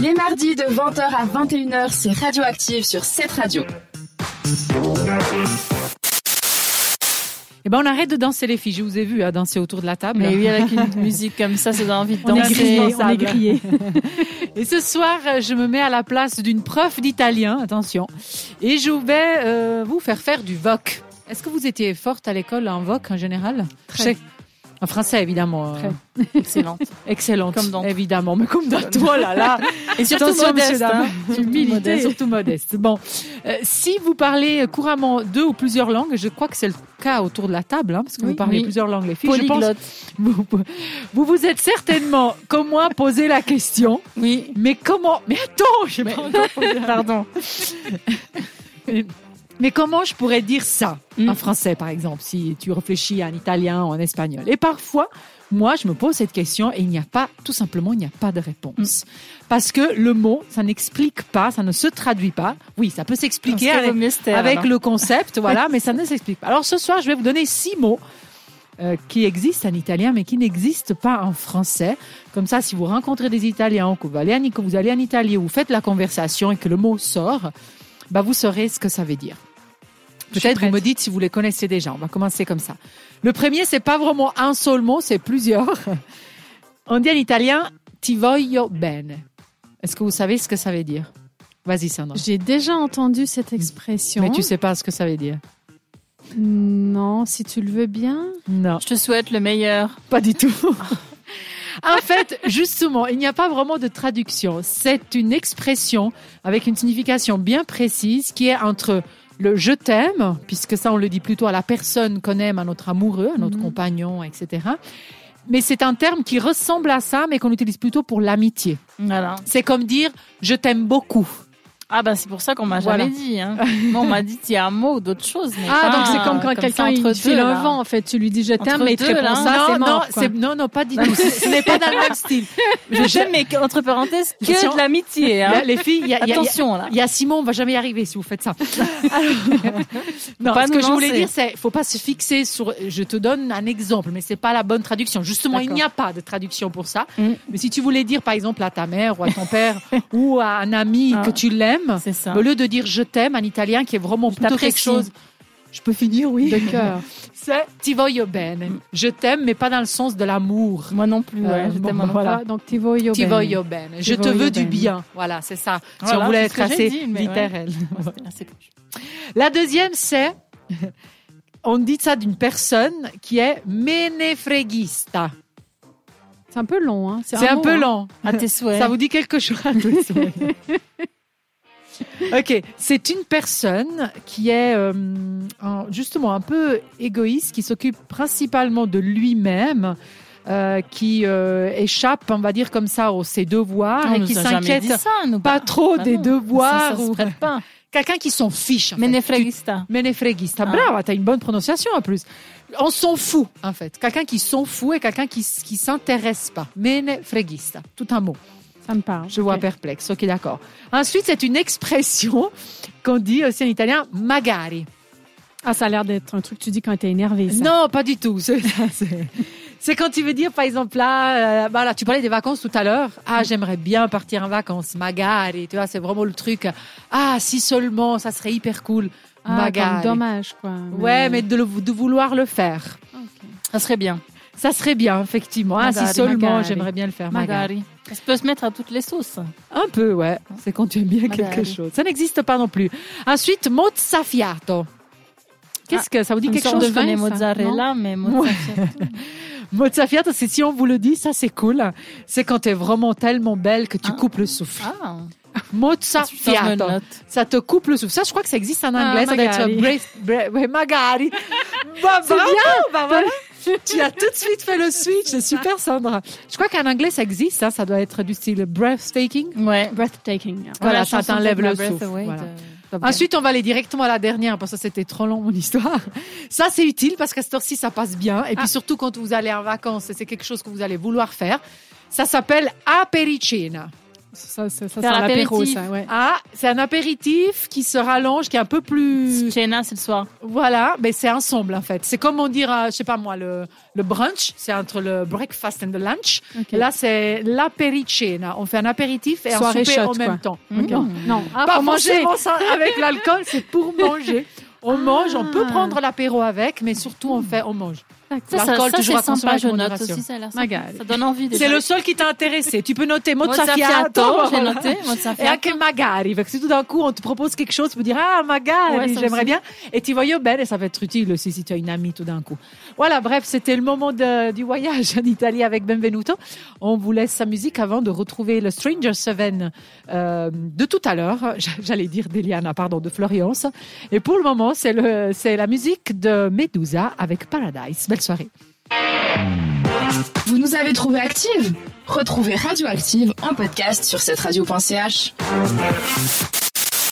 Les mardis de 20h à 21h, c'est Radioactive sur cette radio. Eh ben, on arrête de danser les filles. Je vous ai vu à danser autour de la table. Mais oui, avec une musique comme ça, ça donne envie de On est danser. grillé, on est grillé. Et ce soir, euh, je me mets à la place d'une prof d'italien, attention, et je vais euh, vous faire faire du voc. Est-ce que vous étiez forte à l'école en voc en général Très. Je sais- En français, évidemment. Très. euh, Excellent. Excellente, Comme dans- évidemment. Mais comme dans toi, Oh là, là. Et surtout Attention, modeste. monsieur, hein. dame. Humilité, modeste. surtout modeste. Bon, Euh, si vous parlez couramment deux ou plusieurs langues, je crois que c'est le cas autour de la table, hein, parce que Oui. vous parlez Oui. plusieurs langues, les filles. Je pense Polyglotte. vous, vous vous êtes certainement, comme moi, posé la question. Oui. Mais comment Mais attends, je Mais- pas encore posé la Pardon. Mais comment je pourrais dire ça Mm. en français, par exemple, si tu réfléchis en italien ou en espagnol Et parfois, moi, je me pose cette question et il n'y a pas, tout simplement, il n'y a pas de Mm. réponse. Parce que le mot, ça n'explique pas, ça ne se traduit pas. Oui, ça peut s'expliquer Parce que avec, vaut mieux se taire, avec alors. le concept, voilà, mais ça ne s'explique pas. Alors ce soir, je vais vous donner six mots. euh, qui existent en italien mais qui n'existent pas en français. Comme ça, si vous rencontrez des Italiens, que vous allez en, que vous allez en Italie, vous faites la conversation et que le mot sort, bah vous saurez ce que ça veut dire. Peut-être vous me dites si vous les connaissez déjà. On va commencer comme ça. Le premier, c'est pas vraiment un seul mot, c'est plusieurs. On dit en italien ti voglio bene. Est-ce que vous savez ce que ça veut dire Vas-y, Sandra. J'ai déjà entendu cette expression. Mais tu sais pas ce que ça veut dire. Non, si tu le veux bien. Non. Je te souhaite le meilleur. Pas du tout. en fait, justement, il n'y a pas vraiment de traduction. C'est une expression avec une signification bien précise qui est entre le je t'aime, puisque ça on le dit plutôt à la personne qu'on aime, à notre amoureux, à notre Mhm. compagnon, etc. Mais c'est un terme qui ressemble à ça, mais qu'on utilise plutôt pour l'amitié. Voilà. C'est comme dire je t'aime beaucoup. Ah ben c'est pour ça qu'on m'a Voilà. jamais dit. Hein. Moi, on m'a dit il y a un mot ou d'autre chose. mais Ah, pas donc c'est comme quand ça, quelqu'un entre il deux, te file là. un vent en fait. Tu lui dis je t'aime, Entre mais il te deux, répond là. ça, non, c'est mort. non, quoi. c'est- non, non, pas du tout. Ce ce n'est pas dans le même style. Je t'aime, mais entre parenthèses, Attention. que de l'amitié. Hein. Là, les filles, il y a- il y a- il y a- Attention là. Il y a Simon, on va jamais y arriver si vous faites ça. Alors, non, pas ce que nous je voulais lancer. dire, c'est faut pas se fixer sur. Je te donne un exemple, mais c'est pas la bonne traduction. Justement, il D'accord. n'y a pas de traduction pour ça. Mm. Mais si tu voulais dire, par exemple, à ta mère ou à ton père ou à un ami Ah. que tu l'aimes, C'est ça. au lieu de dire je t'aime en italien, qui est vraiment plutôt quelque t'apprécie. chose. Je peux finir, oui. de cœur. C'est ti voglio Mm. bene. Je t'aime, mais pas dans le sens de l'amour. Moi non plus. Euh, Ouais, je bon, t'aime, moi non voilà. Ah, donc ti voglio Ti bene. voglio bene. Je Ti te veux voglio du bene. bien. Voilà, c'est ça. si Voilà, on voulait c'est être ce que j'ai assez dit, mais ouais. littéral. plus. Ouais, c'est- c'est- La deuxième, c'est. On dit ça d'une personne qui est ménéfréguista. C'est un peu long, hein. C'est un mot, peu hein. lent. À tes souhaits. Ça vous dit quelque chose Ok, c'est une personne qui est euh, un- justement un peu égoïste, qui s'occupe principalement de lui-même, euh, qui euh, échappe, on va dire comme ça, aux ses devoirs Ah, On et nous qui a jamais s'inquiète dit ça, nous. pas trop Bah des non, devoirs Ça, ça se ou prête pas. quelqu'un qui s'en fiche. en fait. Menefregista. Menefreguista. Ah. Bravo, t'as une bonne prononciation en plus. On s'en fout, en fait. Quelqu'un qui s'en fout et quelqu'un qui, s- qui s'intéresse pas. Menefreguista. Tout un mot. Ça me parle. Je vois Ok. perplexe. Ok, d'accord. Ensuite, c'est une expression qu'on dit aussi en italien, magari. Ah, ça a l'air d'être un truc que tu dis quand t'es énervé. ça. Non, pas du tout. C'est- C'est c'est quand tu veux dire, par exemple, là, euh, voilà, tu parlais des vacances tout à l'heure. Mm. Ah, j'aimerais bien partir en vacances, magari. Tu vois, c'est vraiment le truc. Ah, si seulement, ça serait hyper cool. Ah, comme magari. dommage, quoi. Ouais, mais de le- de vouloir le faire. Ok. Ça serait bien. Ça serait bien, effectivement. Ah, si Magari, seulement, magari. j'aimerais bien le faire. Magari. Magari. Ça peut se mettre à toutes les sauces. Un peu, ouais. C'est quand tu aimes bien Magari. quelque chose. Ça n'existe pas non plus. Ensuite, mozzafiato. Qu'est-ce que ça vous dit Ah, Une quelque sorte chose de vin, ça mozzarella, mais mozzarella. Mozzafiato, c'est si on vous le dit, ça c'est cool. C'est quand t'es vraiment tellement belle que tu Ah. coupes le souffle. Ah, ça, je me Mozzafiato. note. Ça te coupe le souffle. Ça, je crois que ça existe en Ah, anglais. ça doit être magari. brace- bra- ouais, magari. Bah, C'est bravo, bien. bah voilà. tu as tout de suite fait le switch. C'est super, Sandra. Je crois qu'en anglais, ça existe. hein. Ça doit être du style breathtaking. Ouais. Breathtaking. Voilà, la ça chanson t'enlève Take My le Breath souffle, Away voilà. de- Ensuite, on va aller directement à la dernière parce que c'était trop long mon histoire. Ça, c'est utile parce qu'à cette heure-ci, ça passe bien. Et puis surtout quand vous allez en vacances, et c'est quelque chose que vous allez vouloir faire. Ça s'appelle apericena. Ça, ça, ça sent Faire l'apéro, l'apéritif. ça, ouais. Ah, c'est un apéritif qui se rallonge, qui est un peu plus. Chena, c'est le soir. Voilà, mais c'est ensemble en fait. C'est comme on dira, je sais pas moi, le, le brunch, c'est entre le breakfast and the lunch. Ok. Et là, c'est l'apéricena. On fait un apéritif et Soirée un souper shot, en même quoi. temps. Mhm. Non, non, ah, Pas pour manger. Ah. forcément ça avec l'alcool, c'est pour manger. On mange, on peut prendre l'apéro avec, mais surtout on fait, on mange. Ça, ça, L'alcool, ça, toujours à c'est consommer sympa, avec je note modération. aussi, ça a l'air sympa. Magal. Ça donne envie déjà. C'est le seul qui t'a intéressé. Tu peux noter Mozzafiato. Mozzafiato, j'ai voilà. noté. Et Mozzafiato. anche magari, parce que tout d'un coup, on te propose quelque chose, tu peux dire, ah, magari, Ouais, ça j'aimerais aussi. bien. Et tu voyais belle, et ça peut être utile aussi si tu as une amie tout d'un coup. Voilà, bref, c'était le moment de- du voyage en Italie avec Benvenuto. On vous laisse sa musique avant de retrouver le Stranger Seven euh, de tout à l'heure. J'allais dire d'Eliana, pardon, de Florence. Et pour le moment, c'est le- c'est la musique de Medusa avec Paradise. Belle soirée. Vous nous avez trouvé active Retrouvez Radioactive en podcast sur cette radio.ch.